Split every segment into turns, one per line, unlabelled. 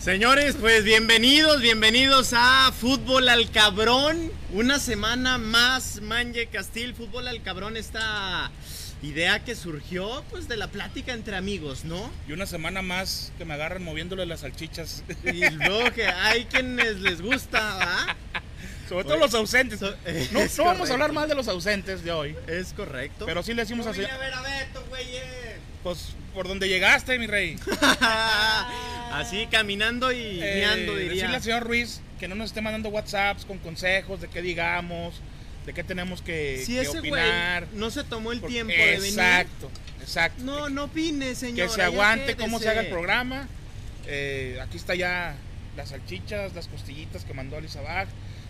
Señores, pues bienvenidos, bienvenidos a Fútbol al Cabrón. Una semana más, Manje Castil. Fútbol al Cabrón, esta idea que surgió pues de la plática entre amigos, ¿no?
Y una semana más que me agarran moviéndole las salchichas.
Y luego que hay quienes les gusta, ¿va?
Sobre todo
Oye,
los ausentes.
so- es
no no vamos
correcto.
a hablar más de los ausentes de hoy.
Es correcto.
Pero sí le decimos
Yo
así.
vine a ver a Beto, güeyes.
Pues por donde llegaste, mi rey.
Así caminando y
Eh,
meando, diría.
decirle al señor Ruiz que no nos esté mandando WhatsApps con consejos de qué digamos, de qué tenemos que,
si
que
ese güey
opinar.
no se tomó el
Por-
tiempo de venir.
exacto, exacto.
No, no opine, señor.
que se aguante cómo se haga el programa. Eh, aquí está ya las salchichas, las costillitas que mandó Alisabad,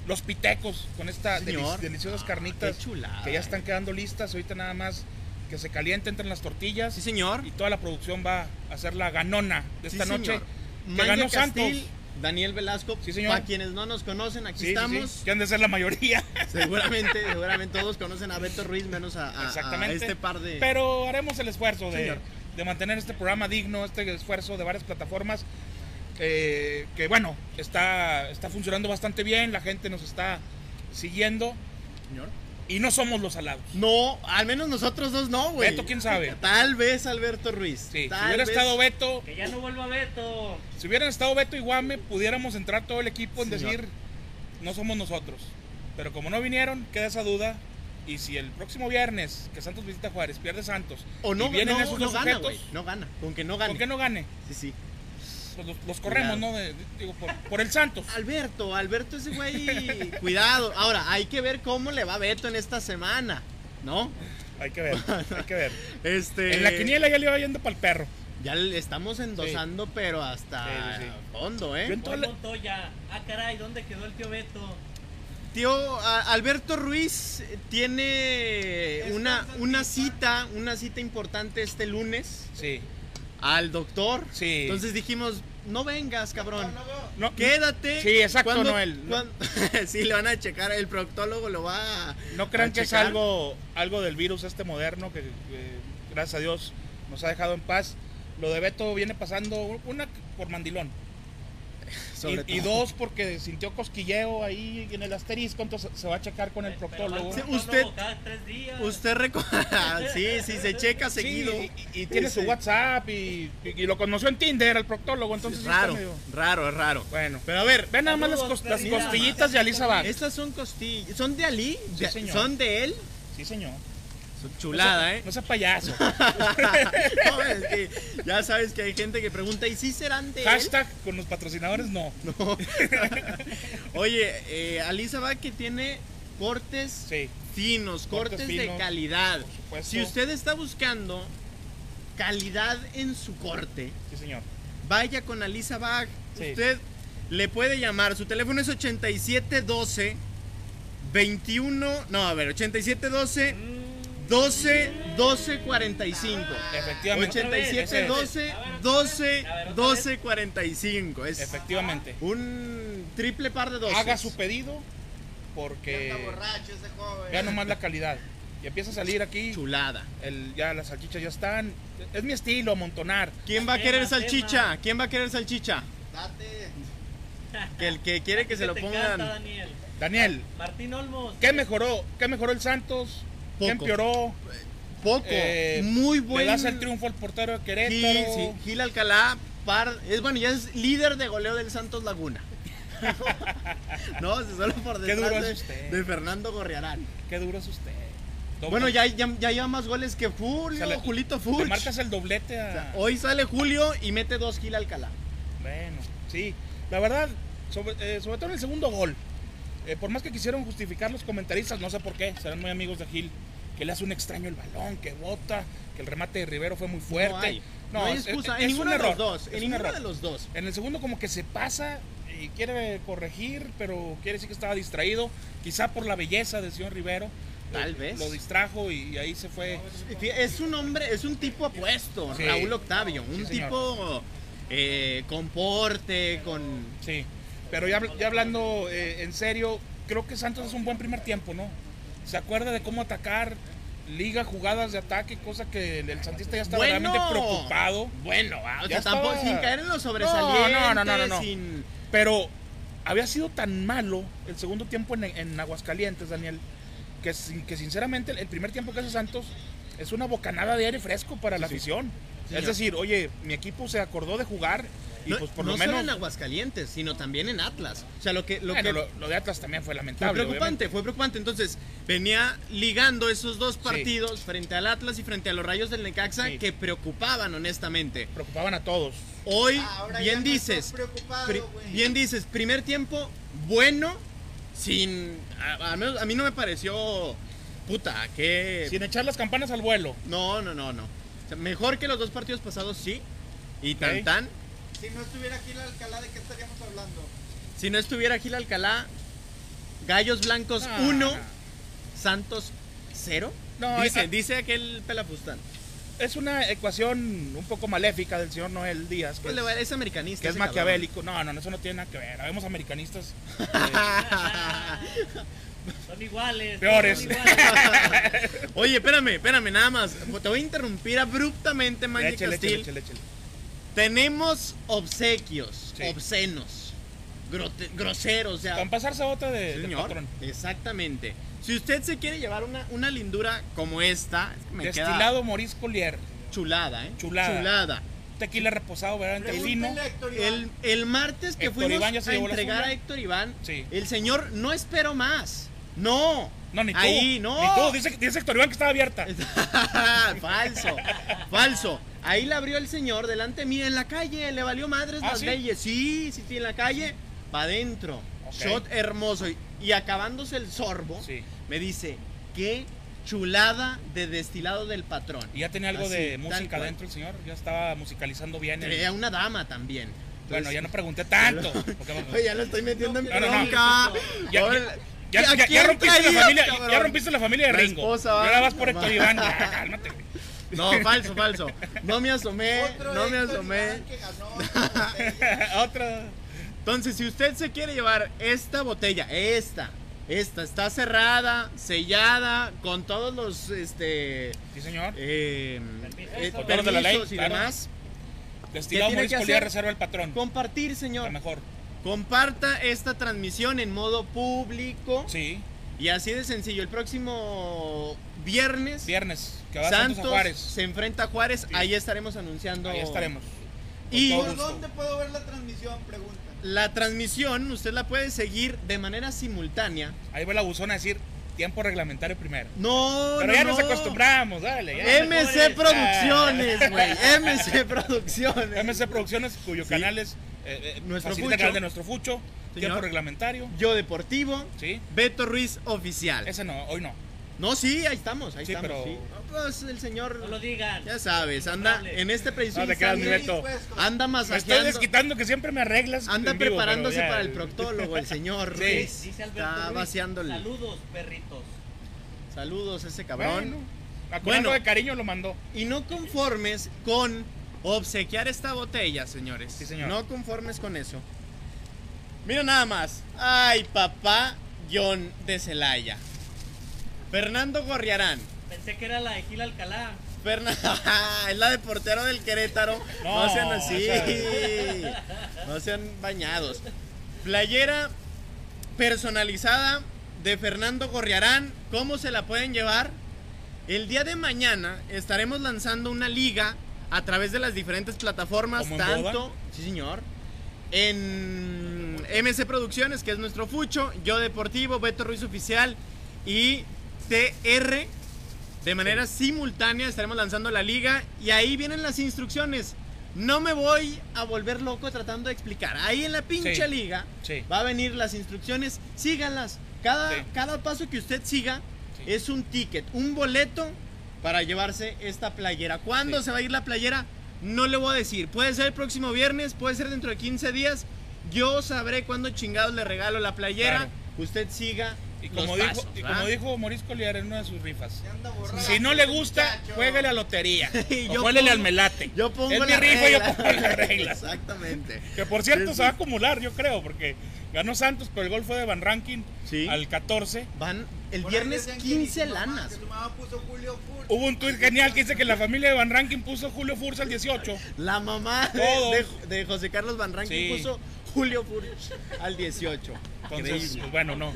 los pitecos con estas
Señor. Ah,
deliciosas
Qué
carnitas
chulada.
que ya están quedando listas. Ahorita nada más que se caliente, entran las tortillas
Sí, señor.
y toda la producción va a hacer la ganona de esta
Sí,
noche.
señor.
que
Manja
ganó
Castil,
Santos.
Daniel Velasco.
Sí, señor.
Para quienes no nos conocen, aquí
Sí, sí,
estamos.
sí, que han de ser la mayoría.
Seguramente, seguramente todos conocen a Beto Ruiz, menos a, a- a
Exactamente.
este par de.
Pero haremos el esfuerzo de,
Señor.
de mantener este programa digno, este esfuerzo de varias plataformas. eh, que bueno, está, está funcionando bastante bien, la gente nos está siguiendo
Señor.
y no somos los alados.
No, al menos nosotros dos no, güey.
Beto, quién sabe.
Tal vez Alberto Ruiz.
Sí, si
tal
hubiera
vez.
estado Beto,
Que ya no vuelva Beto.
si hubieran estado Beto y Guame, pudiéramos entrar todo el equipo en
Señor.
decir no somos nosotros. Pero como no vinieron, queda esa duda. Y si el próximo viernes que Santos visita Juárez, pierde Santos,
O no,
y vienen
no,
esos
no
dos
gana,
sujetos,
güey. No gana. Con que no gane.
¿por qué no gane?
Sí, sí.
Pues los, los corremos,
Cuidado.
¿no? De- de- digo, por, por el Santos.
Alberto, Alberto ese güey. Cuidado. Ahora, hay que ver cómo le va a Beto en esta semana. ¿No?
Hay que ver, hay que ver.
Este.
En la quiniela ya le iba yendo para el perro.
Ya le estamos endosando, pero hasta
Sí, sí, sí.
fondo, ¿eh?
Yo en toda
Juan
la-
Montoya. Ah, caray, ¿dónde quedó el tío Beto?
Tío a- Alberto Ruiz tiene una, una cita, una cita importante este lunes
Sí.
al doctor.
Sí.
Entonces dijimos, no vengas, cabrón.
No,
Quédate.
Sí, exacto,
¿Cuándo-
Noel. No-
cuán- sí, le van a checar, el proctólogo lo va a
No crean
a
que es
checar.
algo, algo del virus este moderno que, eh, gracias a Dios, nos ha dejado en paz. Lo de Beto viene pasando, una por mandilón.
sobre
Y, y
todo.
dos, porque sintió cosquilleo ahí en el asterisco, entonces se va a checar con el
Este, Pero
proctólogo.
va al
Sí,
proctólogo
usted-
Cada tres días.
Usted reco sí, sí, se checa
Sí,
seguido.
y, y- y tiene su
Sí.
WhatsApp y, y- y lo conoció en Tinder, el proctólogo. Entonces, sí está
raro,
medio-
raro, es raro.
Bueno, pero a ver, ven nada más las,
Saludos,
cos- las
Ferdinand.
costillitas de Alizabad.
Estas son costillas. ¿Son de Ali?
Sí,
De-
señor.
¿Son de él?
Sí, señor.
Son
no
chulada,
sea-
¿eh?
No sea payaso.
No, es que ya sabes que hay gente que pregunta, ¿y si serán de él?
Hashtag con los patrocinadores, no.
No. Oye, eh, Alisa va que tiene cortes
Sí.
finos, cortes,
Cortes
de
finos,
calidad.
por supuesto.
Si usted está buscando calidad en su corte,
Sí, señor.
vaya con Alisa Bag.
Sí.
Usted le puede llamar. Su teléfono es 8712 21. No, a ver, 8712 12 12 45.
Efectivamente. Ese
87
es.
12
A ver, otra
12
vez. A ver, otra
12 45. Es
Efectivamente.
Ah, un triple par de 12.
Haga su pedido porque vea nomás la calidad. Y empieza a salir aquí.
chulada.
el- ya las salchichas ya están. Es mi estilo, amontonar.
¿Quién va a
Tema,
querer salchicha?
tema.
¿Quién va a querer salchicha? Que el que quiere que
¿Qué
se lo
te encanta,
pongan.
Daniel?
Daniel,
Martín Olmos.
¿qué mejoró? ¿Qué mejoró el Santos? ¿Qué
Poco.
empeoró?
Poco,
Eh,
muy
Le
buen.
das el triunfo al portero de
Gil,
Querétaro.
sí, Gil Alcalá, par- es bueno, ya es líder de goleo del Santos Laguna. no, si solo por
Qué
detrás
duro
de,
es usted.
de Fernando Gorriarán.
Qué duro es usted.
Bueno, ya, ya, ya lleva más goles que Fulio,
O sea, le-
Julito
Le
Furch.
marcas el doblete a.
O sea, hoy sale Julio y mete dos Gil Alcalá.
Bueno, sí. La verdad, sobre, eh, sobre todo en el segundo gol. eh, por más que quisieron justificar los comentaristas, no sé por qué, serán muy amigos de Gil, que le hace un extraño el balón, que bota, que el remate de Rivero fue muy fuerte.
No hay, no hay
es-
excusa, en
es- es
ninguno
un
de los
error,
dos,
es
en
un
ninguno
error.
de los dos.
En el segundo como que se pasa y quiere corregir, pero quiere decir que estaba distraído, quizá por la belleza del señor Rivero.
Tal
eh,
vez.
Lo distrajo y, y ahí se fue.
Fí- Es un hombre, es un tipo apuesto,
Sí.
Raúl Octavio, un
señor.
tipo eh, con porte, con...
Sí, pero ya, habl- ya hablando eh, en serio, creo que Santos es un buen primer tiempo, ¿no? Se acuerda de cómo atacar, liga jugadas de ataque, cosa que el Santista ya estaba
Bueno.
realmente preocupado.
Bueno, ah, o
Ya
sea, tampoco
estaba-
sin caer en los sobresalientes.
No, no, no, no, no.
Sin...
Pero había sido tan malo el segundo tiempo en, en Aguascalientes, Daniel, que, sin- que sinceramente el, el primer tiempo que hace Santos es una bocanada de aire fresco para la afición.
Señor.
Es decir, oye, mi equipo se acordó de jugar y
no,
pues por
no
lo
solo
menos...
en Aguascalientes, sino también en Atlas. O sea, lo que, lo
Bueno,
que
lo- lo de Atlas también fue
Fue
lamentable.
preocupante, fue preocupante. Entonces, venía ligando esos dos partidos frente al Atlas y frente a los Rayos del Necaxa
Sí.
que preocupaban, honestamente.
Preocupaban a todos.
Hoy,
Ah, Ahora ya
bien
no
dices,
estás preocupado,
pri-
güey.
bien dices, primer tiempo bueno, sin. A, a menos- a mí no me pareció. Puta, que.
Sin echar las campanas al vuelo.
No, no, no, no. O sea, mejor que los dos partidos pasados, sí. Y tan
Ok.
tan.
Si no estuviera aquí la alcalá, ¿de qué estaríamos hablando?
Si no estuviera Gil Alcalá, Gallos Blancos
Ah,
1,
no.
Santos 0.
No,
dice,
esa-
dice aquel pelafustán.
Es una ecuación un poco maléfica del señor Noel Díaz, que,
Pues le
es,
va- es americanista.
que es
ese
maquiavélico. No, no, no, eso no tiene nada que ver. Habemos americanistas.
eh.
Ah, Son iguales.
Peores.
son iguales.
cabrón. Oye, espérame, espérame, nada más. Te voy a interrumpir abruptamente, Manje
Échale,
Castil.
échale, échale, échale.
Tenemos obsequios,
Sí.
obscenos, grote- groseros, o sea,
Para pasarse otra de, del
Señor,
patrón.
exactamente. Si usted se quiere llevar una, una lindura como esta, es que me queda
Destilado morisco lier.
chulada, ¿eh?
Chulada. Tequila reposado, verdaderamente fino.
Pregúntale a Héctor Iván.
El, el martes que
Héctor
fuimos
Iván ya se
a
llevó la
entregar
suya.
a Héctor Iván,
Sí.
el señor no esperó más. No.
No, ni tú.
Ahí, no.
Ni tú. Dice, dice Héctor Iván que estaba abierta.
falso, falso. Ahí la abrió el señor delante mío en la calle, le valió madres
Ah,
las
¿sí?
leyes. Sí, sí, sí, en la calle, pa' adentro.
Ok.
Shot hermoso. Y, y acabándose el sorbo,
Sí.
me dice, qué chulada de destilado del patrón.
Y ya tenía algo
Así,
de
tal
música
cual.
adentro el señor. Ya estaba musicalizando bien. el-
Traía una dama también.
Bueno,
Entonces-
ya no pregunté tanto. porque-
Oye, ya lo estoy metiendo en
No, no, no.
bronca.
Ya-
Ahora,
Ya,
¿a
ya- ya
quién
rompiste la
traías,
familia,
cabrón?
ya rompiste la familia de
La
Ringo.
esposa,
y
¿va?
ahora vas por Héctor
Mamá.
Iván. Ya, cálmate. güey.
No, falso, falso. No me asomé,
Otro
no me
Héctor
asomé.
Iván que ganó, güey.
Otra.
Entonces, si usted se quiere llevar esta botella, esta, esta está cerrada, sellada, con todos los este
Sí, señor.
eh, eh,
Con
todos los de la ley,
permisos y
claro.
demás,
Destilado
tiene que
morisco
hacer?
lier reserva el patrón.
compartir,
La
señor.
mejor.
Comparta esta transmisión en modo público.
Sí.
Y así de sencillo, el próximo viernes,
Viernes. Que va Santos,
Santos
a Juárez.
se enfrenta a Juárez,
Sí.
ahí estaremos anunciando.
Ahí estaremos.
Y-
Con todo
¿Por
gusto.
dónde puedo ver la transmisión? Pregunta.
La transmisión usted la puede seguir de manera simultánea.
Ahí va la buzona a decir tiempo reglamentario primero.
No,
Pero
no,
ya
no. Eh,
nos acostumbramos, dale. Ya.
M-
MC Producciones, güey. MC Producciones.
MC Producciones, cuyo
Sí.
canal es eh, eh,
Nuestro
facilita
Fucho.
canal de nuestro Fucho. Tiempo
Señor.
reglamentario.
Yo Deportivo.
Sí.
Beto Ruiz Oficial.
Ese no, hoy no.
No, sí, ahí estamos, ahí
Sí,
estamos.
pero-
sí. No, pues el señor,
No lo digan.
ya sabes, anda en este preciso
No te quedas, mi
instante,
Beto.
Anda
Me estoy
masajeando.
desquitando que siempre me arreglas.
Anda
en vivo, pero
preparándose
ya,
para el proctólogo, el señor
Sí.
Ruiz.
Dice Alberto
Está
Ruiz,
vaciándole.
Saludos, perritos.
Saludos a ese cabrón.
Bueno, a- con
Bueno.
algo de cariño lo mandó.
Y no conformes con obsequiar esta botella, señores.
Sí, señor.
No conformes con eso. Mira nada más. Ay, papá John de Celaya. Fernando Gorriarán.
Pensé que era la de Gil Alcalá.
Fernando, es la de portero del Querétaro. No,
No,
sean así.
esa-
No sean bañados. Playera personalizada de Fernando Gorriarán. ¿Cómo se la pueden llevar? El día de mañana estaremos lanzando una liga a través de las diferentes plataformas,
¿Como en
tanto,
Boda?
sí señor, en MC Producciones, que es nuestro fucho, Yo Deportivo, Beto Ruiz Oficial y TR. De manera simultánea estaremos lanzando la liga y ahí vienen las instrucciones. No me voy a volver loco tratando de explicar. Ahí en la pinche
Sí.
liga
Sí.
va a venir las instrucciones. Síganlas. Cada,
Sí.
cada paso que usted siga
Sí.
es un ticket, un boleto para llevarse esta playera. ¿Cuándo
Sí.
se va a ir la playera? No le voy a decir. Puede ser el próximo viernes, puede ser dentro de 15 días. Yo sabré cuándo chingados le regalo la playera.
Claro.
Usted siga
Y
Los
como, dijo,
pasos,
y
¿verdad?
como dijo Morisco Liar en una de sus rifas,
Ya anda borrado.
si no le gusta, jueguele a lotería.
Y
o
yo
jueguele
pongo-
al melate.
Yo pongo
es mi
la
rifa,
regla.
yo pongo las reglas.
Exactamente.
Que por cierto
Sí, sí.
se va a acumular, yo creo, porque ganó Santos, pero el gol fue de Van Rankin
Sí.
al 14.
Van el viernes 15 lanas.
Que tu mamá puso Julio Furt.
Hubo un tuit genial que dice que la familia de Van Rankin puso Julio Fursa al 18.
La mamá de,
Todos.
de- de José Carlos Van Rankin
Sí.
puso Julio Furch al 18.
Entonces,
Ah, Increíble. Ah,
pues, bueno, no.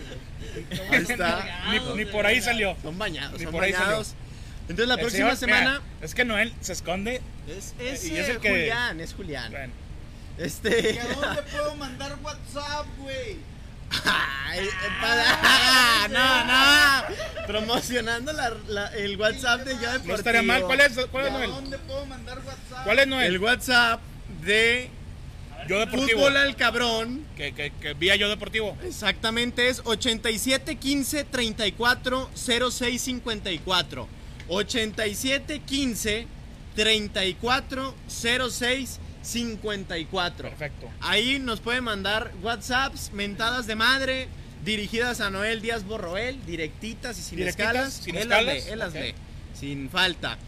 Ahí está.
Ni, ni por ahí salió.
Son bañados,
Ni
son
por ahí salió.
bañados. Entonces la
El
próxima
señor- mira,
semana
es que Noel se esconde.
es, es,
y es el
eh,
que-
Julián, es Julián.
Bueno,
Este.
¿Y a dónde puedo mandar WhatsApp, güey?
Ah,
Ay, empada- no, no. Promocionando la- la- el WhatsApp de Yo Deportivo.
no estaría mal. ¿Cuál es, cuál
¿Y
es
a
Noel?
dónde puedo mandar WhatsApp?
¿Cuál es Noel?
El WhatsApp de
Yo Deportivo.
Fútbol al Cabrón.
Que, que, que vía Yo Deportivo.
Exactamente, es 87 15 34 06 54. 87 15 34 06 54.
Perfecto.
Ahí nos puede mandar WhatsApps, mentadas de madre, dirigidas a Noel Díaz Borroel, directitas y sin
Directitas,
escalas.
sin
él las
escalas,
lee, él las
ok.
lee, sin falta.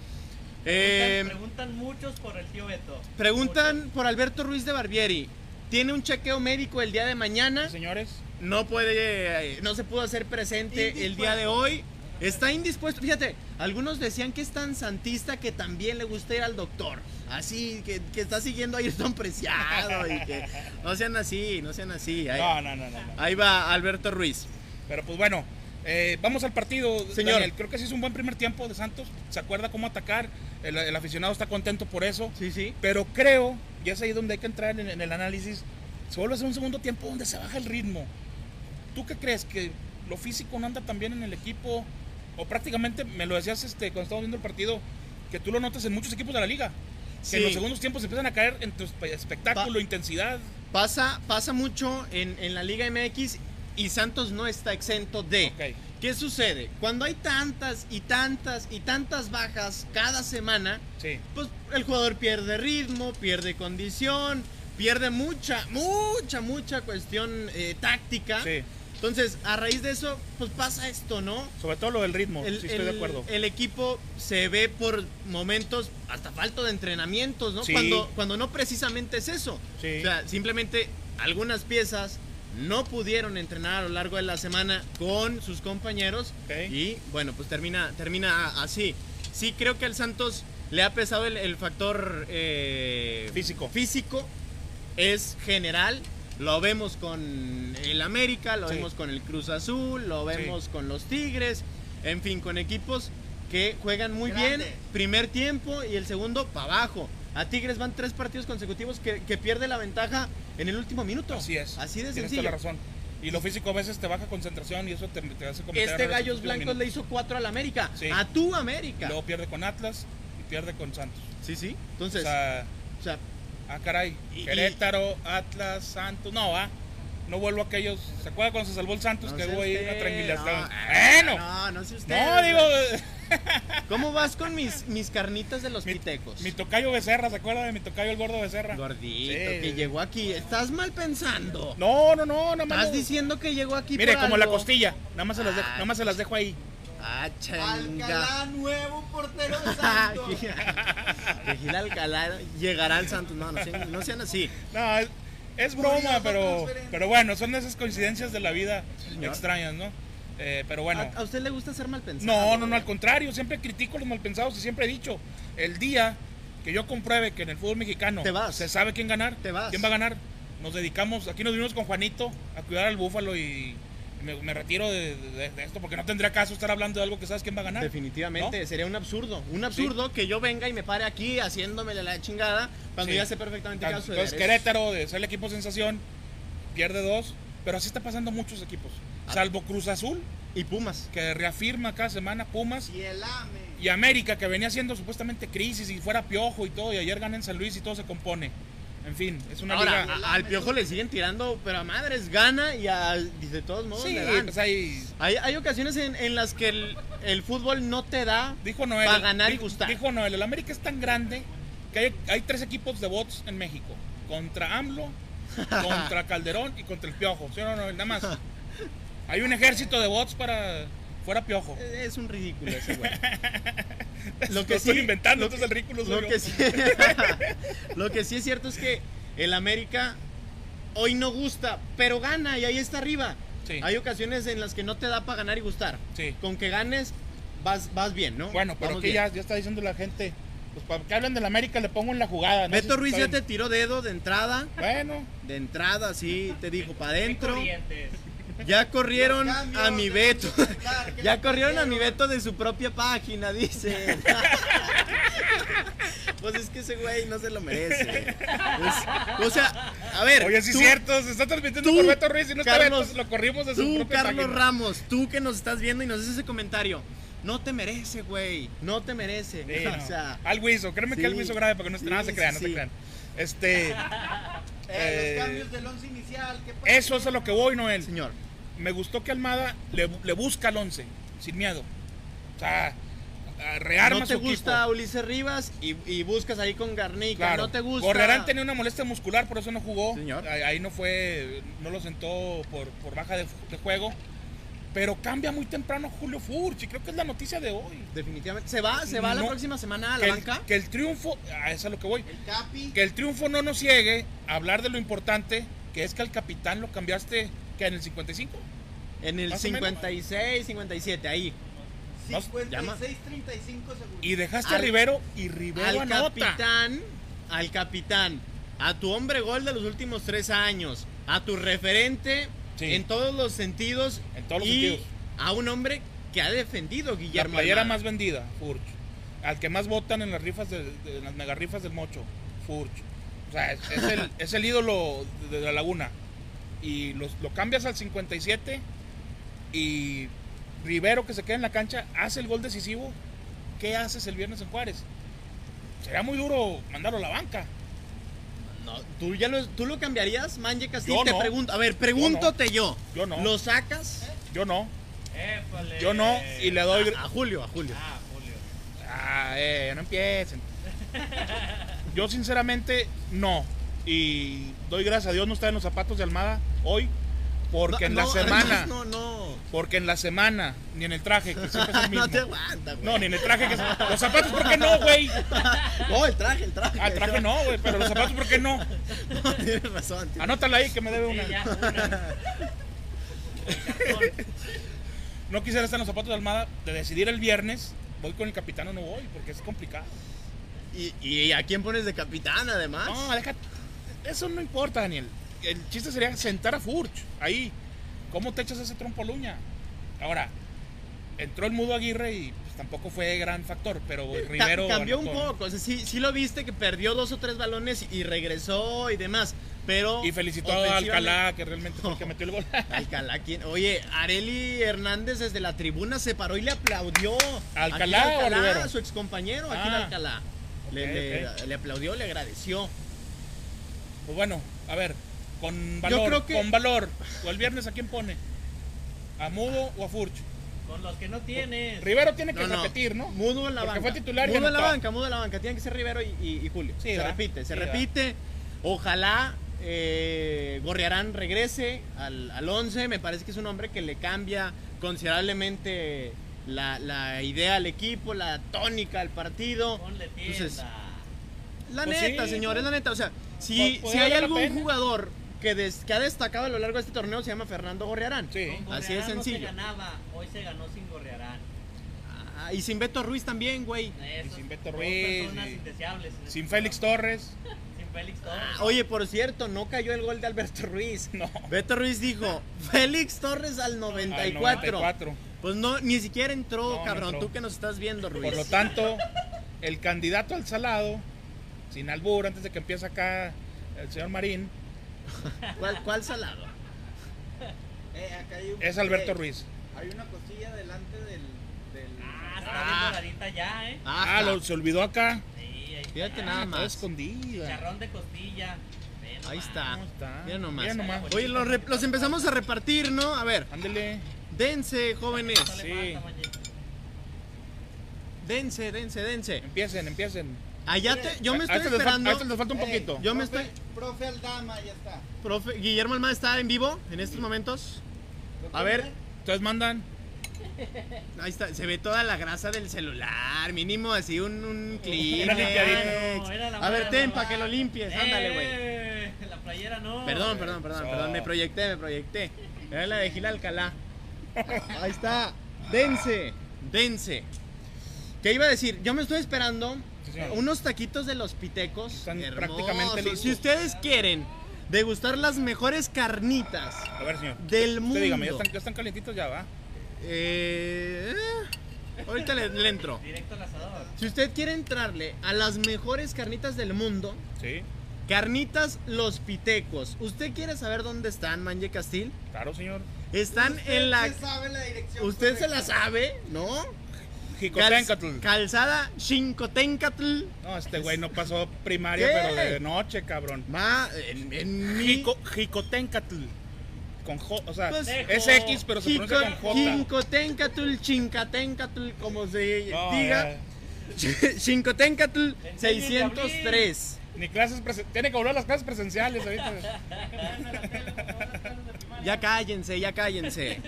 Preguntan,
Eh,
preguntan muchos por el tío Beto.
preguntan por Alberto Ruiz de Barbieri. Tiene un chequeo médico el día de mañana.
Señores,
No puede, eh, no se pudo hacer presente el día de hoy. Está indispuesto. Fíjate, algunos decían que es tan santista que también le gusta ir al doctor. Así, que, que está siguiendo a Ayrton Preciado y que no sean así, no sean así. Ahí,
no, no, no, no. no.
ahí va Alberto Ruiz.
Pero pues bueno, eh, vamos al partido.
Señor.
Daniel. creo que sí es un buen primer tiempo de Santos. Se acuerda cómo atacar. El, el aficionado está contento por eso.
Sí, sí.
Pero creo, y es ahí donde hay que entrar en, en el análisis, se vuelve a hacer un segundo tiempo donde se baja el ritmo. ¿Tú qué crees? ¿Que lo físico no anda también en el equipo? O prácticamente, me lo decías este, cuando estábamos viendo el partido, que tú lo notas en muchos equipos de la liga.
Sí.
Que en los segundos tiempos empiezan a caer en tu espe- espectáculo,
Pa-
intensidad.
Pasa, pasa mucho en, en la Liga MX y Santos no está exento de.
Ok.
¿Qué sucede? Cuando hay tantas y tantas y tantas bajas cada semana,
Sí.
pues el jugador pierde ritmo, pierde condición, pierde mucha, mucha, mucha cuestión eh, táctica.
Sí.
Entonces, a raíz de eso, pues pasa esto, ¿no?
Sobre todo lo del ritmo,
El,
sí estoy de
el-
acuerdo.
el equipo se ve por momentos hasta falta de entrenamientos, ¿no?
Sí.
Cuando, cuando no precisamente es eso.
Sí.
O sea, simplemente algunas piezas no pudieron entrenar a lo largo de la semana con sus compañeros
Ok.
y bueno, pues termina, termina así. Sí creo que al Santos le ha pesado el, el factor eh,
Físico.
Físico es general. Lo vemos con el América, lo
Sí.
vemos con el Cruz Azul, lo vemos con los Tigres, en fin, con equipos que juegan muy bien
Grandes.
primer tiempo y el segundo para abajo. A Tigres van tres partidos consecutivos que, que pierde la ventaja en el último minuto.
Así es.
Así de
Tienes toda
sencillo.
la razón. Y lo físico a veces te baja concentración y eso te, te hace cometer
Este Gallos
errores en los últimos
Blancos le
minutos.
hizo cuatro al América.
Sí.
A tu América.
Luego pierde con Atlas y pierde con Santos.
Sí, sí.
O
Entonces,
sea,
o sea,
ah, caray.
Y-
Querétaro, Atlas, Santos. No, ah. No vuelvo a aquellos. ¿Se acuerda cuando se salvó el Santos?
no
pues que
sé
hubo ahí
usted,
una tranquilidad.
No,
bueno.
no, no sé usted.
No, digo.
¿Cómo vas con mis, mis carnitas de los
Mi,
pitecos?
mi tocayo Becerra, ¿se acuerda de mi tocayo el gordo Becerra?
Gordito,
Sí.
que llegó aquí. Estás mal pensando.
No, no, no, nada más.
Estás
no.
diciendo que llegó aquí.
Mire,
por
como la
algo.
costilla. Nada más se las dejo,
Ah.
nada más se las dejo ahí.
Ah, changa.
Alcalá, nuevo portero de
Ah,
Santos.
Gil- Gil Alcalá llegará al Santos. No, no sean, no sean así.
No, es, es broma,
Curioso,
pero,
transferencia.
pero bueno, son esas coincidencias de la vida
Señor.
extrañas, ¿no? Eh, pero bueno.
¿A, a usted le gusta ser mal pensado?
No, no, no, al contrario, siempre critico a los malpensados y siempre he dicho, el día que yo compruebe que en el fútbol mexicano
Te vas.
se sabe quién ganar,
Te vas.
quién va a ganar, nos dedicamos, aquí nos vinimos con Juanito a cuidar al búfalo y me, me retiro de, de- de esto porque no tendría caso estar hablando de algo que sabes quién va a ganar.
Definitivamente,
¿No?
sería un absurdo. Un absurdo que yo venga y me pare aquí haciéndome la chingada cuando
Sí.
ya sé perfectamente que su
Entonces Querétaro, de ser el equipo sensación, pierde dos, pero así está pasando muchos equipos,
Ah.
salvo Cruz Azul,
Y Pumas.
que reafirma cada semana Pumas
Y el AME. Eh,
Y América, que venía haciendo supuestamente crisis y fuera piojo y todo, y ayer gana en San Luis y todo se compone. En fin, es una
Ahora,
liga.
a- al Piojo le siguen tirando, pero a madres gana y a- y de todos modos
sí,
le dan.
pues ahí.
Hay, hay ocasiones en, en las que el, el fútbol no te da.
Dijo Noel.
Pa' ganar y
dijo-
gustar.
Dijo Noel, el América es tan grande que hay, hay tres equipos de bots en México: contra AMLO, contra Calderón y contra el Piojo. ¿Sí o no, Noel? Nada más. Hay un ejército de bots para fuera piojo.
Es un ridículo ese güey.
Lo que estoy inventando, entonces el ridículo soy
lo
yo.
que, sí, lo que sí es cierto es que el América hoy no gusta, pero gana y ahí está arriba.
Sí.
Hay ocasiones en las que no te da para ganar y gustar.
Sí.
Con que ganes, vas, vas bien, ¿no?
Bueno, pero
Vamos
aquí
bien.
ya, ya está diciendo la gente. Pues para que hablen del América le pongo en la jugada. no sé
Beto
si
Ruiz
está
ya te
bien.
tiró dedo de entrada,
Bueno,
de entrada, sí, te dijo para adentro.
Corrientes.
Ya corrieron
Los cambios
a mi
de
Beto.
Supercar, que
Ya
lo
corrieron a mi
cambiaron.
Beto de su propia página, dice. Pues es que ese güey no se lo merece. Es- o sea, a ver.
oye, sí es
tú-
cierto, se está transmitiendo
tú,
por Beto Ruiz y no está
Carlos-
Beto, lo corrimos de su
Tú,
propia
Carlos
página.
Ramos, tú que nos estás viendo y nos haces ese comentario. No te merece, güey. No te merece.
Sí,
o
no.
sea,
algo hizo, créeme que
sí,
algo hizo grave para que no se,
sí,
nada se
sí,
crean, no se
sí.
crean. Este,
Eh,
Eh,
los cambios del once inicial. ¿qué pasa?
eso es a lo que voy, Noel.
señor.
Me gustó que Almada le, le busca al 11, sin miedo. O sea, a- rearma
No te
su
gusta
equipo.
Ulises Rivas y, y buscas ahí con Garnica.
Claro.
No te gusta.
Gorrerán tenía una molestia muscular, por eso no jugó.
Señor.
Ahí, ahí no fue, no lo sentó por, por baja de, de juego. Pero cambia muy temprano Julio Furch y creo que es la noticia de hoy.
Definitivamente. ¿Se va? ¿Se va la
No.
próxima semana a la
Que el,
banca?
que el triunfo, a eso es lo que voy,
El Capi.
que el triunfo no nos ciegue a hablar de lo importante que es que al capitán lo cambiaste que en el 55.
En el
Más o menos.
56, 57, ahí.
no,
56, 35 segundos.
Y dejaste
Al-
a Rivero y Rivero
Al
anota.
capitán, al capitán, a tu hombre gol de los últimos tres años, a tu referente
Sí.
en todos los sentidos.
En todos los
y
sentidos.
A un hombre que ha defendido
La
Guillermo.
playera
Almada.
más vendida, Furch. Al que más votan en las rifas de, de- en las mega rifas del Mocho, Furch. O sea, es, es el, es el ídolo de, de la laguna. Y los- lo cambias al 57 y Rivero que se queda en la cancha hace el gol decisivo. ¿Qué haces el viernes en Juárez? Será muy duro mandarlo a la banca.
No, ¿tú, ya lo, ¿Tú lo cambiarías, Manje Castillo?
Yo
te
no.
pregunto. A ver, pregúntate yo.
Yo no.
¿Lo sacas?
Yo no,
Épale.
yo no. Y le doy...
A, a Julio, a Julio.
Ah, Julio.
Ah, eh, no empiecen. Yo sinceramente no. Y doy gracias a Dios no estar en los zapatos de Almada hoy. Porque en
No,
la
no,
semana.
además, No, no.
Porque en la semana, ni en el traje, que siempre es el mismo.
no te aguanta, güey.
No, ni en el traje que es- Los zapatos, ¿por qué no, güey?
No, el traje, el traje.
Ah, el traje no, güey, pero los zapatos, ¿por qué no?
Tienes razón. tienes
Anótala ahí que me debe
Sí, ya,
una.
una.
No quisiera estar en los zapatos de Almada de decidir el viernes. ¿Voy con el capitán o no voy? Porque es complicado.
¿Y, y a quién pones de capitán además?
No, deja. Eso no importa, Daniel. El chiste sería sentar a Furch. Ahí. ¿Cómo te echas ese trompo luña? Ahora, entró el mudo Aguirre y pues, tampoco fue gran factor, pero
Eh, Ca-
Rivero.
cambió un
anotó.
poco, o sea, sí, sí lo viste que perdió dos o tres balones y regresó y demás, pero...
Y felicitó a
ofensivamente-
Alcalá, que realmente fue el que metió el gol.
Alcalá, ¿quién? Oye, Areli Hernández desde la tribuna se paró y le aplaudió.
¿A Alcalá
Aquel
o a Rivero?
su excompañero, aquí en
Ah,
Alcalá. Le,
ok,
le-
ok.
le aplaudió, le agradeció.
pues bueno, a ver, con valor.
creo que-
Con valor. ¿O el viernes a quién pone? ¿A Mudo o a Furch?
Con los que no tienes.
Rivero tiene que
No, no.
repetir, ¿no?
Mudo en la
Porque
banca.
fue titular y
mudo en la
anotó.
banca, mudo en la banca. Tiene que ser Rivero y, y- y Julio.
Sí,
se
¿verdad?
repite, se
Sí,
repite. Ojalá eh, Gorriarán regrese al, al 11. Me parece que es un hombre que le cambia considerablemente la, la idea al equipo, la tónica al partido.
Ponle tienda.
Entonces, la
Pues
neta,
sí,
señores,
¿no?
la neta. O sea, si,
Po-
si
podría
hay
valer la
algún
pena.
jugador que, des- que ha destacado a lo largo de este torneo, se llama Fernando Gorriarán.
Sí.
Con
eh, así de
Gorriarán no se
sencillo.
ganaba, hoy se ganó sin Gorriarán.
Ah, y sin Beto Ruiz también, güey.
Esos
sin Beto
dos
Ruiz,
personas
y-
indeseables en
Sin
este
Félix
programa.
Torres.
Sin Félix Torres.
Ah, Oye, por cierto, no cayó el gol de Alberto Ruiz.
No.
Beto Ruiz dijo, Félix Torres al 94.
Al 94.
Pues no, ni siquiera entró,
No, no
cabrón,
entró.
tú que nos estás viendo, Ruiz.
Por lo tanto, el candidato al salado, sin albur, antes de que empiece acá el señor Marín,
¿Cuál, cuál salado?
Eh, acá hay un-
es Alberto
eh,
Ruiz.
Hay una costilla delante del. del
Ah, está
Ah.
bien doradita ya, ¿eh?
Ah,
Ajá.
lo, se olvidó acá.
Sí, ahí
Fíjate
está.
nada
Está
más.
escondida.
Charrón de costilla. Ve
Ahí
nomás.
está.
¿Cómo está?
Mira nomás.
Mira nomás.
Oye, los, re- los empezamos a repartir, ¿no? A ver,
Ándele.
dense, jóvenes.
No le
Sí.
falta, Mañe.
Dense, dense, dense.
Empiecen, empiecen.
Allá te, yo me
A- a
estoy
este les fal-
esperando.
A este les falta un
Ey,
poquito.
Yo me
Eh, profe-
estoy-
Profe Aldama, ya está.
Profe, Guillermo Almada está en vivo en estos momentos. A ver,
Entonces mandan.
ahí está. Se ve toda la grasa del celular. Mínimo así un, un
Una
Kleenex.
limpiadita. Era la
A ver,
mano.
ten, para que lo limpies. Ándale, güey.
Eh, La playera no.
Perdón, perdón, perdón,
Eso.
perdón, me proyecté, me proyecté. Era la de Gil Alcalá. Ahí está. Dense, dense. ¿Qué iba a decir? Yo me estoy esperando
Sí, señor.
unos taquitos de los pitecos.
Están
hermosos.
prácticamente listos.
Si ustedes quieren degustar las mejores carnitas
A ver, señor.
del mundo.
Usted dígame, ya están, ya están calientitos ya, ¿va?
eh, ahorita le, le entro.
Directo al asador.
Si usted quiere entrarle a las mejores carnitas del mundo,
Sí,
Carnitas Los Pitecos. ¿Usted quiere saber dónde están, Manje Castil?
claro, señor.
Están en la.
Usted sabe la dirección.
Usted se la
correcta.
sabe, ¿no?
Jicotencatl.
Cal- Calzada Xincotencatl.
No, este güey no pasó primaria,
¿Qué?
pero de noche, cabrón.
Va en, en mi-
Jico, jicotencatl. Con J, o sea,
Pues-
es X, pero se pronuncia con
Jico-
J.
Xincotencatl, Chincatencatl, como se
No, eh,
diga.
ya.
Xincotencatl
Enséñenle a
603.
Ni clases presen- Tiene que volver a las clases presenciales ahorita.
Ya cállense, ya cállense.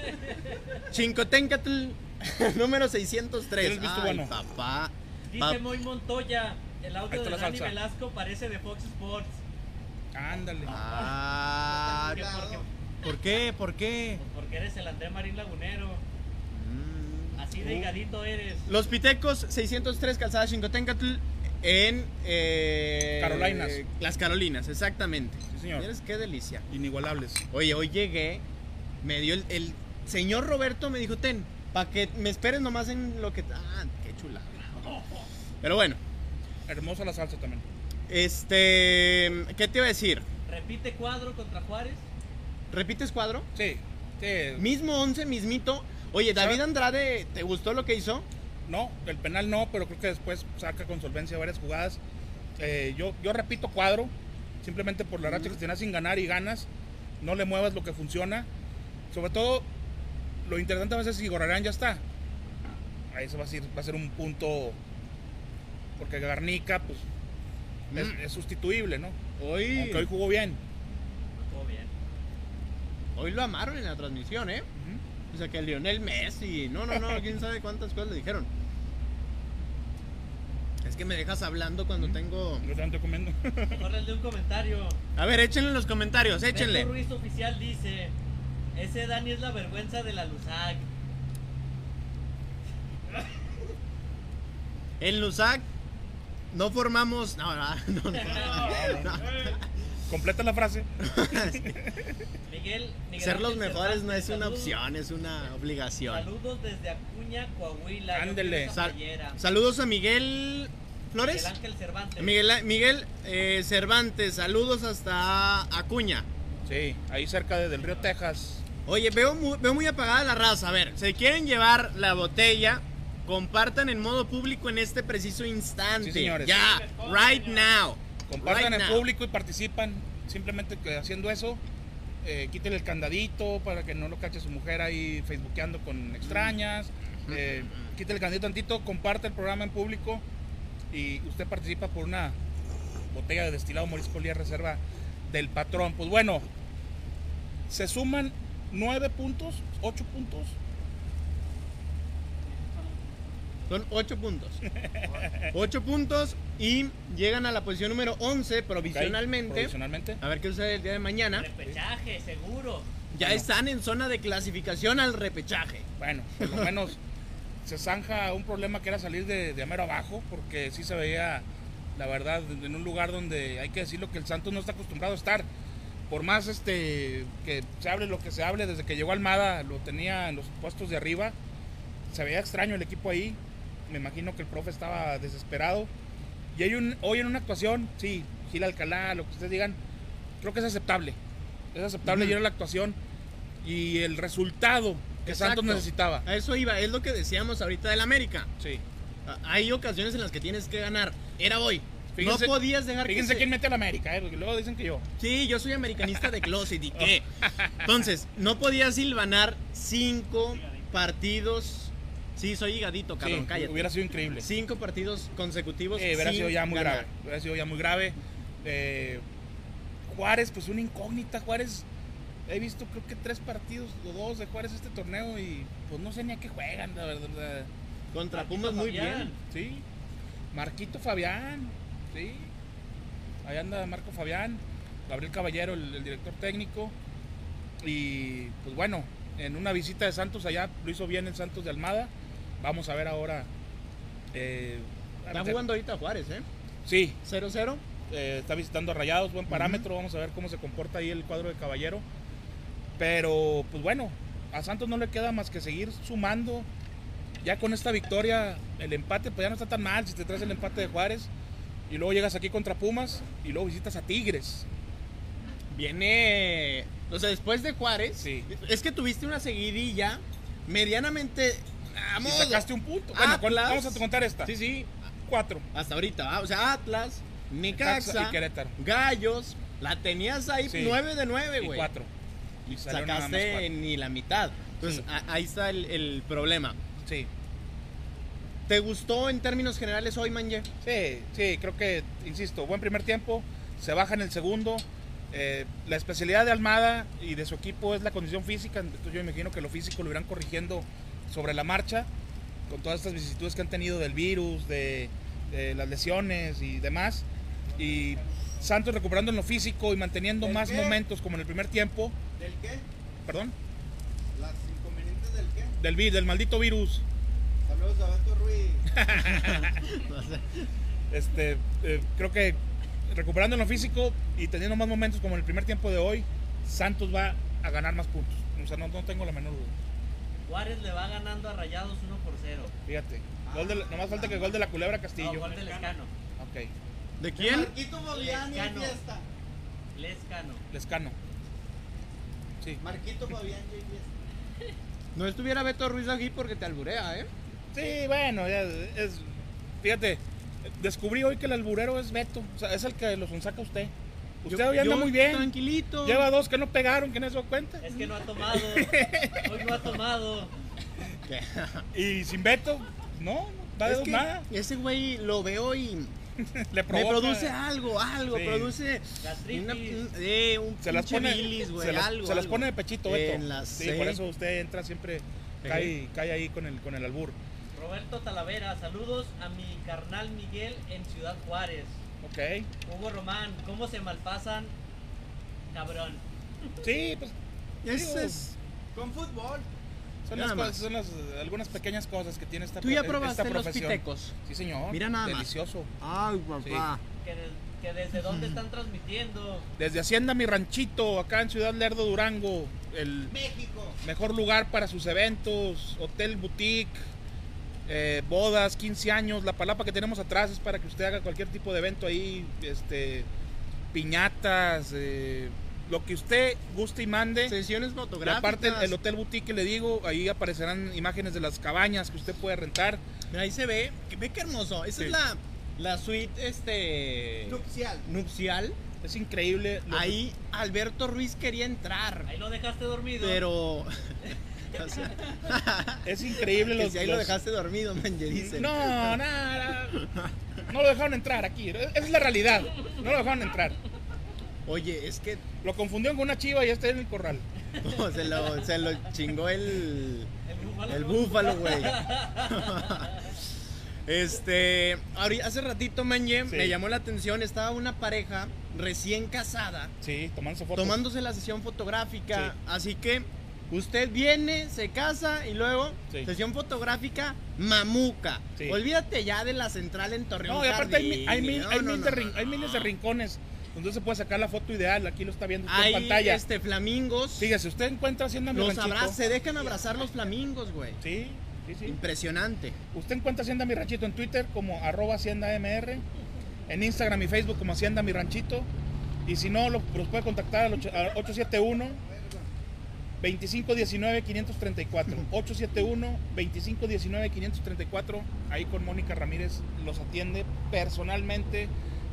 Chincotencatl, número 603.
¿Tienes visto
Ay,
bueno?
papá.
Dice
Pa-
Moy Montoya, el
Ahí
audio
está
de
la
Dani
salsa.
Velasco parece de Fox Sports.
Ándale.
Ah,
Está
porque,
curado.
¿Por qué? ¿Por qué?
pues porque eres el André Marín Lagunero.
Mm.
Así de higadito eres.
Los Pitecos 603 Calzada Xincotencatl en eh,
Carolinas.
Las Carolinas, exactamente.
Sí, señor.
Mires qué delicia.
Inigualables.
Oye, hoy llegué, me dio el, el señor Roberto me dijo, "Ten, para que me esperes nomás en lo que ah, qué chulada." Pero bueno,
Hermosa la salsa también.
este, ¿qué te iba a decir?
Repite cuadro contra Juárez.
¿Repites cuadro?
Sí, sí.
Mismo 11, mismito. Oye, David Andrade, ¿te gustó lo que hizo?
No, el penal no, pero creo que después saca con solvencia varias jugadas. Eh, yo, yo repito cuadro, simplemente por la racha
Mm.
que tenés sin ganar y ganas, no le muevas lo que funciona. Sobre todo, lo interesante a veces es si Gorarán ya está. Ahí se va a, ser, va a ser un punto, porque Garnica pues, es,
Mm.
es sustituible, ¿no?
Hoy,
Aunque hoy jugó bien.
Todo bien.
hoy lo amaron en la transmisión, ¿eh?
Ujú.
O sea, que Lionel Messi, no, no, no, quién sabe cuántas cosas le dijeron. Es que me dejas hablando cuando tengo...
Yo también estoy comiendo.
Mejor le un comentario.
A ver, échenle en los comentarios,
Beto
échenle.
Ruiz Oficial dice: Ese Dani es la vergüenza de la Lusac.
En Lusac no formamos... No, no, no, no.
Completa la frase.
Miguel, Miguel
Ser
Ángel
los mejores no es una
Cervantes, saludos-
opción, es una obligación.
Saludos desde Acuña, Coahuila. Yo
Ándele.
quiero esa
Sal-
playera.
Saludos a Miguel Flores.
Miguel Ángel Cervantes.
Miguel, Miguel eh, Cervantes, saludos hasta Acuña.
Sí, ahí cerca de Del Río, Texas.
Oye, veo muy, veo muy apagada la raza. A ver, se quieren llevar la botella, compartan en modo público en este preciso instante.
Sí, señores.
Ya, right now. Right
Compartan en
now.
público y participan. Simplemente que haciendo eso, eh, quítenle el candadito para que no lo cache su mujer ahí facebookeando con extrañas.
Mm.
Eh, quítale el candadito tantito, comparte el programa en público y usted participa por una botella de destilado Morisco Lía Reserva del patrón. Pues bueno, se suman nueve puntos, ocho puntos.
Son ocho puntos. Ocho puntos y llegan a la posición número 11 provisionalmente.
Ok, Provisionalmente.
A ver qué sucede el día de mañana.
Repechaje, seguro.
Ya están en zona de clasificación al repechaje.
Bueno, por lo menos se zanja un problema que era salir de, de mero abajo, porque sí se veía, la verdad, en un lugar donde hay que decirlo que el Santos no está acostumbrado a estar. Por más este que se hable lo que se hable, desde que llegó Almada lo tenía en los puestos de arriba. Se veía extraño el equipo ahí. Me imagino que el profe estaba desesperado. Y hay un, hoy en una actuación, sí, Gil Alcalá, lo que ustedes digan, creo que es aceptable. Es aceptable
Ujú.
y era la actuación y el resultado que
Exacto.
Santos necesitaba.
A eso iba, es lo que decíamos ahorita del América.
Sí.
A- Hay ocasiones en las que tienes que ganar. Era hoy.
Fíjense-
no podías dejar que
Fíjense
se-
quién mete a la América, eh, porque luego dicen que yo.
Sí, yo soy americanista de closet y qué. Entonces, no podía silvanar cinco partidos. Sí, soy higadito, cabrón,
Sí,
cállate.
Hubiera sido increíble.
Cinco partidos consecutivos.
Eh, hubiera
sin
sido ya muy
ganar.
grave. Hubiera sido ya muy grave. Eh, Juárez, pues una incógnita. Juárez He visto creo que tres partidos o dos de Juárez este torneo y pues no sé ni a qué juegan, la verdad. Ah,
Contra
Marquito
Pumas muy
Fabián.
bien.
Sí. Marquito Fabián. Sí. Ahí anda Marco Fabián. Gabriel Caballero, el, el director técnico. Y pues bueno, en una visita de Santos allá lo hizo bien el Santos de Almada. Vamos a ver ahora. eh, a
Está
ver-
jugando ahorita Juárez, ¿eh?
Sí,
0-0.
eh, está visitando a Rayados, buen parámetro, vamos a ver cómo se comporta ahí el cuadro de Caballero. Pero pues bueno, a Santos no le queda más que seguir sumando. Ya con esta victoria, el empate pues ya no está tan mal si te traes el empate de Juárez y luego llegas aquí contra Pumas y luego visitas a Tigres.
Viene. O sea, después de Juárez.
Sí.
Es que tuviste una seguidilla medianamente. a
Y
modo.
sacaste un punto. Bueno, con-
Atlas.
vamos a contar esta.
Ah, pues, Sí, sí.
Cuatro.
Hasta ahorita. ah, O sea, Atlas, Necaxa,
y Querétaro.
Gallos. La tenías ahí
Sí.
9 de 9,
Y
güey.
cuatro. Y salió nada más
Sacaste
cuatro.
ni la mitad. Entonces,
Sí.
a- ahí está el, el problema.
Sí.
¿Te gustó en términos generales hoy, Manje?
Sí, sí, creo que, insisto, buen primer tiempo, se baja en el segundo. Eh, la especialidad de Almada y de su equipo es la condición física, entonces yo me imagino que lo físico lo irán corrigiendo sobre la marcha, con todas estas vicisitudes que han tenido del virus, de, de las lesiones y demás. Y Santos recuperando en lo físico y manteniendo
¿El
más
qué?
momentos como en el primer tiempo,
¿Del qué?
perdón,
Las inconvenientes del qué.
del, vi- del maldito virus.
Saludos a Beto Ruiz.
Este, eh, creo que recuperando en lo físico y teniendo más momentos como en el primer tiempo de hoy, Santos va a ganar más puntos. O sea, no, no tengo la menor duda.
Juárez le va ganando a Rayados 1 por 0.
Fíjate.
Ah.
Gol de la- nomás falta que el gol de la culebra Castillo.
No, gol de Lescano.
Ok,
¿De quién?
Marquito Fabián y
Lescano.
fiesta.
Lescano.
Lescano. Sí.
Marquito Fabián y fiesta.
No estuviera Beto Ruiz aquí porque te alburea, ¿eh?
Sí, bueno, ya es. Fíjate, descubrí hoy que el alburero es Beto. O sea, es el que los saca usted. Usted
Yo-
hoy anda
yo
muy bien.
Tranquilito.
Lleva dos que no pegaron, que no se dio cuenta.
Es que no ha tomado. Hoy no ha tomado.
¿Qué?
Y sin Beto, no, no
Es
de
que
nada.
Ese güey lo veo y
Le
me
provoca.
produce algo, algo,
Sí.
produce
Gastritis.
una- un- eh, un
Se las
pinche
pone,
bilis, güey,
se las,
algo,
se las
algo.
pone de pechito, Beto.
En las-
sí,
sí.
por eso usted entra siempre, cae, cae ahí con el, con el albur.
Roberto Talavera, saludos a mi carnal Miguel en Ciudad Juárez.
Ok.
Hugo Román, ¿cómo se malpasan? Cabrón.
Sí, pues
Ese
Digo,
es-
Con fútbol.
son,
Nada
las
más.
cosas- son las- algunas pequeñas cosas que tiene esta,
Tú ya
pro- esta
probaste los
profesión.
pitecos.
Sí, señor.
Mira nada más.
Delicioso.
Ay,
papá.
Que, des- que desde dónde están transmitiendo.
Desde Hacienda Mi Ranchito, acá en Ciudad Lerdo, Durango, el
México.
mejor lugar para sus eventos, hotel, boutique, eh, bodas, 15 años. La palapa que tenemos atrás es para que usted haga cualquier tipo de evento ahí, este, piñatas, eh, lo que usted guste y mande.
Sesiones
Y
fotográficas.
aparte, el, el hotel boutique que le digo, ahí aparecerán imágenes de las cabañas que usted puede rentar.
Mira, ahí se ve, que- ve qué hermoso. Esa
Sí.
es la, la suite este
Nupcial.
nupcial.
Es increíble. lo-
Ahí Alberto Ruiz quería entrar,
Ahí lo dejaste dormido.
pero o sea,
Es increíble
que
los.
si ahí lo
los-
dejaste dormido, man, ya dicen.
No, nada. No lo dejaron entrar aquí. Esa es la realidad. No lo dejaron entrar.
Oye, es que
Lo confundieron con una chiva y ya está en el corral.
no, se, lo, se lo chingó el,
el búfalo.
el
¿no?
búfalo, güey. Este, ahori- hace ratito, Manje,
Sí.
me llamó la atención, estaba una pareja recién casada
Sí, tomándose fotos.
tomándose la sesión fotográfica,
Sí.
así que usted viene, se casa y luego
Sí.
sesión fotográfica mamuca.
Sí.
Olvídate ya de la central en Torreón.
No, y aparte hay, mi-
Jardín,
hay mil-
no,
hay
no,
mil de
no,
rin- hay miles de
no.
rincones donde se puede sacar la foto ideal. Aquí lo está viendo usted
Hay
en pantalla.
este flamingos.
Fíjese, usted encuentra Hacienda Mi
Los
Ranchito.
abra- se dejan abrazar los flamingos, güey.
Sí, sí, sí.
Impresionante.
Usted encuentra Hacienda Mi Ranchito en Twitter como arroba Hacienda MR, en Instagram y Facebook como Hacienda Mi Ranchito. Y si no, lo- los puede contactar al ocho- al 871 2519 534. 871 2519 534. Ahí con Mónica Ramírez los atiende personalmente,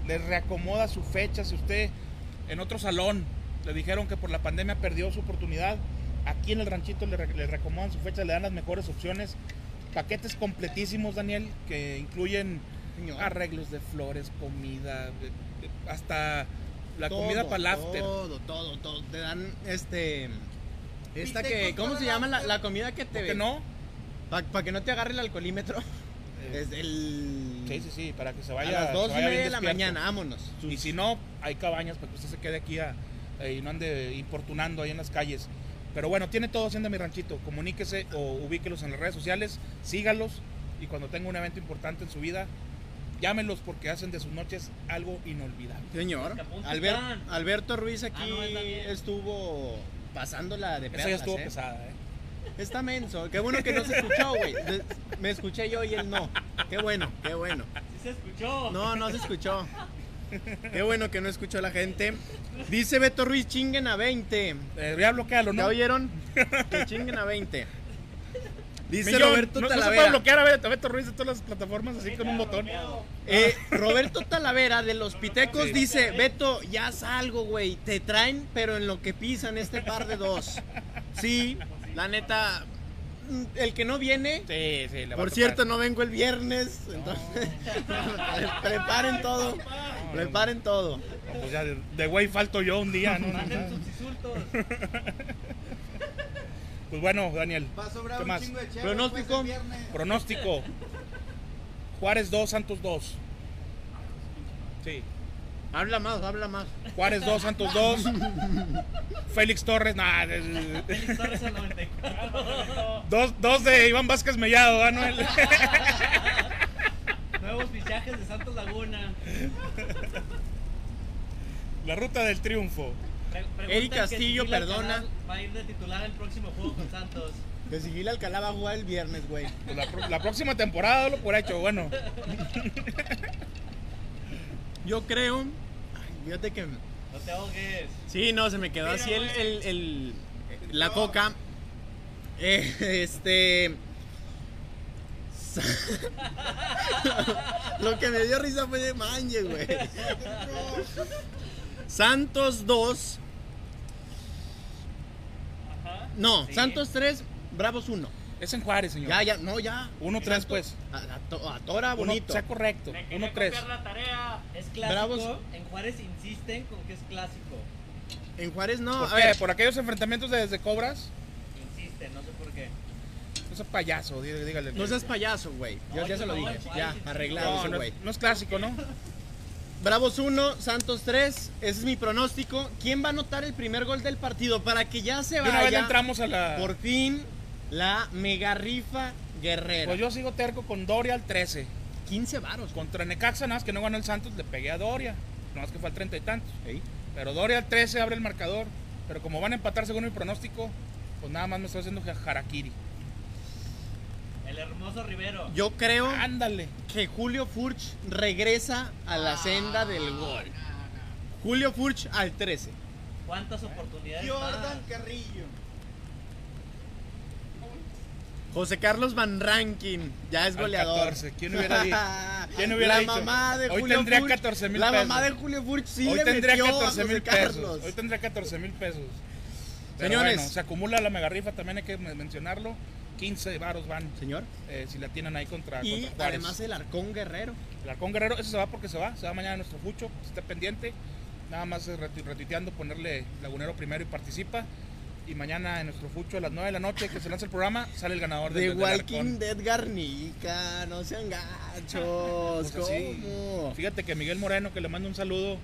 les reacomoda su fecha. Si usted en otro salón le dijeron que por la pandemia perdió su oportunidad, aquí en el ranchito le, re- le reacomodan su fecha, le dan las mejores opciones. Paquetes completísimos, Daniel, que incluyen
Señor.
Ah, arreglos de flores, comida, eh, eh, hasta La comida para el after.
Todo, todo, todo. Te dan este. Esta que.
Bistecos
¿Cómo
para
se
el
llama la,
after.
la comida que
¿Por
te.
qué no?
Para que no te agarre el alcoholímetro.
Eh,
Es el.
Sí, sí, sí, para que se
A
vaya.
las
se
dos y
vaya
media
bien
de la
despierto.
mañana, vámonos.
Y si no, hay cabañas para que usted se quede aquí a- eh, y no ande importunando ahí en las calles. Pero bueno, tiene todo Hacienda Mi Ranchito. Comuníquese o ubíquelos en las redes sociales, sígalos y cuando tenga un evento importante en su vida, llámenlos porque hacen de sus noches algo inolvidable.
Señor.
Que apunte,
Alber-
Iván.
Alberto Ruiz aquí
Ah, no, está bien.
estuvo pasándola de perlas,
Esa ya estuvo
¿eh?
pesada, ¿eh?
Está menso. Qué bueno que no se escuchó, güey. De- Me escuché yo y él no. Qué bueno, qué bueno.
¿Sí se escuchó?
No, no se escuchó. Qué bueno que no escuchó la gente. Dice Beto Ruiz, chinguen a 20.
Eh, ya bloquealo,
¿Ya
¿no?
oyeron? Que chinguen a 20. Dice
Millón,
Roberto
no, no se puede
Talavera.
bloquear a ver, a Beto Ruiz de todas las plataformas así con un botón.
Bloqueado.
Eh, Roberto Talavera de los Pitecos
Sí.
dice, Beto, ya salgo, güey. Te traen, pero en lo que pisan este par de dos. Sí, la neta, mm, el que no viene,
Sí, sí, le va a
por
tocar.
cierto, no vengo el viernes. Entonces, preparen todo. Preparen todo.
No, pues ya de, de güey falto yo un día, ¿no?
Manden sus insultos.
Pues bueno, Daniel,
Va a sobrar
¿Qué
un
más?
chingo de chévere.
Pronóstico.
pues, el viernes.
Pronóstico. Juárez 2, Santos 2. Sí.
Habla más, habla más.
Juárez 2, Santos 2. Félix Torres, nah, de- de- de-
Félix Torres al 94.
dos, dos de Iván Vázquez Mellado, ¿verdad, Noel?
Nuevos fichajes de Santos Laguna.
La ruta del triunfo.
Pre- preguntan
Eric
que
Castillo,
si Gil Alcaraz
perdona.
Va a ir de titular el próximo juego con Santos.
Que si Gil Alcalá va a jugar el viernes, güey.
Pues la, pro- la próxima temporada lo por hecho, bueno.
Yo creo. Ay, fíjate que.
No te ahogues.
Sí, no, se me quedó así el, el- el- la coca. Eh, este. Lo que me dio risa fue de manje, güey. Santos 2.
Ajá.
No,
Sí.
Santos 3, Bravos 1.
Es en Juárez, señor.
Ya, ya, no, ya.
Uno, tres,
Santos-
pues.
A, a to- a Tora,
Uno-
bonito.
sea correcto.
Le quería
1-3.
copiar la tarea.
Es clásico.
Bravos.
En Juárez insisten con que es clásico.
En Juárez no.
¿Por
A
qué?
ver,
¿Por aquellos enfrentamientos de desde Cobras?
Insisten, no sé por qué.
No seas payaso, dí- dígale.
no seas payaso, güey. Yo
No,
ya se lo
no,
dije.
Juárez
Ya,
es-
arreglado
no,
ese
no,
güey.
es- no es clásico, ¿no?
Bravos 1, Santos 3. Ese es mi pronóstico. ¿Quién va a anotar el primer gol del partido? Para que ya se
De una vez le
vaya.
entramos a la.
Por fin, la mega rifa guerrera.
Pues yo sigo terco con Doria al 13.
15 varos.
Contra Necaxa, nada más que no ganó el Santos, le pegué a Doria. Nada más que fue al 30 y tantos.
Ey.
Pero Doria al 13 abre el marcador. Pero como van a empatar según mi pronóstico, pues nada más me estoy haciendo ja- harakiri.
El hermoso Rivero.
Yo creo
Ándale.
que Julio Furch regresa a la senda del gol.
Ah,
Julio Furch al 13.
¿Cuántas oportunidades
Jordan
Ah.
más?
Carrillo.
José Carlos Van Rankin ya es
Al
goleador.
14, ¿quién hubiera dicho? ¿Quién hubiera
la
dicho?
mamá de
Hoy
Julio
tendría
Furch-
14,000
La
pesos.
mamá de Julio Furch sí
Hoy
le
tendría
metió a
14 mil
José
pesos.
Carlos.
Hoy tendría 14 mil pesos.
Señores.
Señores. se acumula la mega rifa, también hay que men- mencionarlo. 15 varos van,
Señor.
eh, si la tienen ahí contra,
Y
contra Juárez.
además eh, el Arcón Guerrero.
El Arcón Guerrero, ese se va porque se va, se va mañana a nuestro Fucho, esté pendiente. Nada más eh, retu- retuiteando, ponerle Lagunero primero y participa. Y mañana en nuestro Fucho a las 9 de la noche, que se lanza el programa, sale el ganador del,
De
del
Walking
Arcón.
Dead Garnica, no sean gachos.
Pues así.
¿Cómo?
Fíjate que Miguel Moreno, que le mando un saludo.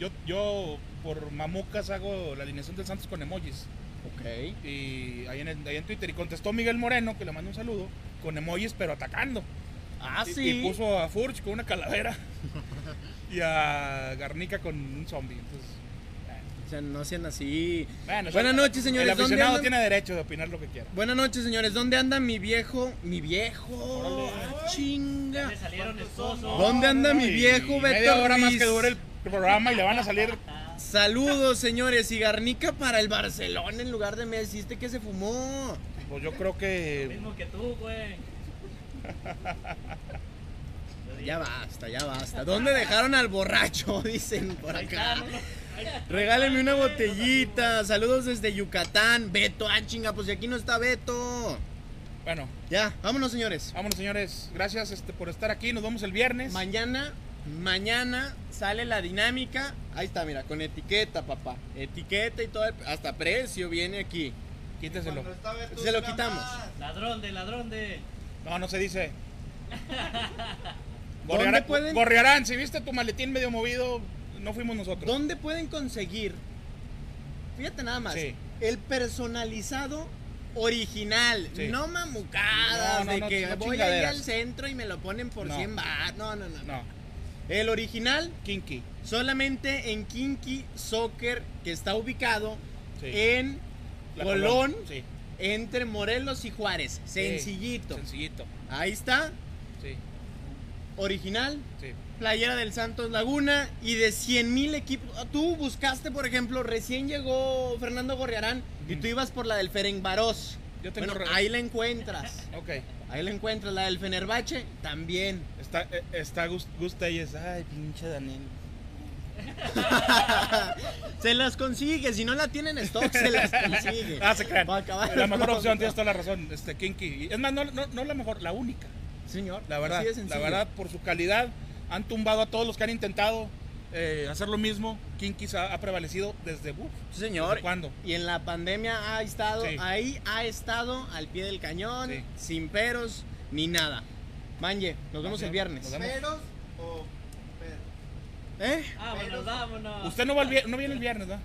Yo, yo por mamucas hago la alineación del Santos con emojis.
Ok.
Y ahí en, el- ahí en Twitter. Y contestó Miguel Moreno, que le mando un saludo, con emojis, pero atacando.
Ah,
Y-
sí.
Y, puso a Furch con una calavera. y a Garnica con un zombie. Entonces.
O sea, no sean así.
Bueno,
Buenas
el-
noches, señores.
El
¿Dónde
aficionado
andan?
tiene derecho de opinar lo que quiera.
Buenas noches, señores. ¿Dónde anda mi viejo? Mi viejo.
Órale.
Ah,
Ya
chinga.
le salieron esposos.
¿Dónde anda mi viejo Beto
Y Media hora más
Ruiz?
que dure el programa y le van a salir.
Saludos, señores. Y Garnica para el Barcelona en lugar de Messi. Este que se fumó.
Pues yo creo que.
Mismo que tú, güey.
Ya basta, ya basta. ¿Dónde dejaron al borracho? Dicen por acá. Regáleme una botellita. Saludos desde Yucatán. Beto, ah, chinga, pues si aquí no está Beto.
Bueno,
Ya, vámonos, señores.
vámonos, señores. Gracias este, por estar aquí. Nos vemos el viernes.
Mañana Mañana sale la dinámica. Ahí está, mira, con etiqueta, papá. Etiqueta y todo. el- hasta precio viene aquí.
Quíteselo.
Cuando está Beto,
Se lo
nada
quitamos.
más.
Ladrón de ladrón de.
No, no se dice.
¿Dónde
Gorriarán,
pueden-
Gorriarán, si viste tu maletín medio movido, no fuimos nosotros.
¿Dónde pueden conseguir? Fíjate nada más.
Sí.
El personalizado original.
Sí.
No mamucadas
No, no,
de
no,
que
no
voy ahí
chingaderas.
al centro y me lo ponen por
No.
100 baht. No, no, no.
No,
El original
Kinky.
solamente en Kinky Soccer, que está ubicado
Sí.
en
La
Eh, Colón,
Colón, sí.
entre Morelos y Juárez. Sencillito.
Sencillito.
Ahí está.
Sí,
Original.
sí.
Playera del Santos Laguna y de 100 mil equipos. Ah, Tú buscaste, por ejemplo, recién llegó Fernando Gorriarán y
Ujú.
tú ibas por la del Ferencváros.
Yo tengo
Bueno,
re-
ahí la encuentras.
Ok.
Ahí la encuentras. La del Fenerbache también.
Está, eh, está Gus, Gus Telles. Ay, pinche Daniel.
Se las consigue. Si no la tienen en stock, se las consigue.
Ah, se crean.
Va a acabar
La
el
mejor
pronto.
opción, tienes toda la razón. Este, Kinky. Es más, no, no, no la mejor, la única.
Señor,
La verdad,
así de
la
sencillo.
verdad, por su calidad, han tumbado a todos los que han intentado eh, hacer lo mismo. Kinky ha, ha prevalecido desde uf,
Sí, señor.
¿Desde cuándo?
Y en la pandemia ha estado,
Pues, Sí.
ahí ha estado al pie del cañón,
Sí.
sin peros ni nada. Manje, nos vemos
Así
el
es,
viernes.
nos vemos.
Peros o perros.
¿Eh?
Vámonos, Ah,
Ah.
vámonos.
Usted no, va el vier- no viene el viernes, ¿verdad?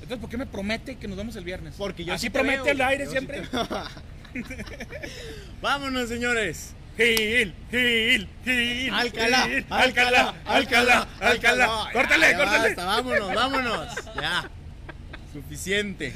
Entonces, ¿por qué me promete que nos vemos el viernes?
Porque yo
Así
sí te
promete
veo.
al aire
Yo sí
siempre.
te- Vámonos, señores.
Gil, Gil, Gil.
Alcalá,
Gil,
Alcalá, Alcalá, Alcalá.
Alcalá. Córtale,
Ya,
córtale.
basta, vámonos, vámonos. Ya. Suficiente.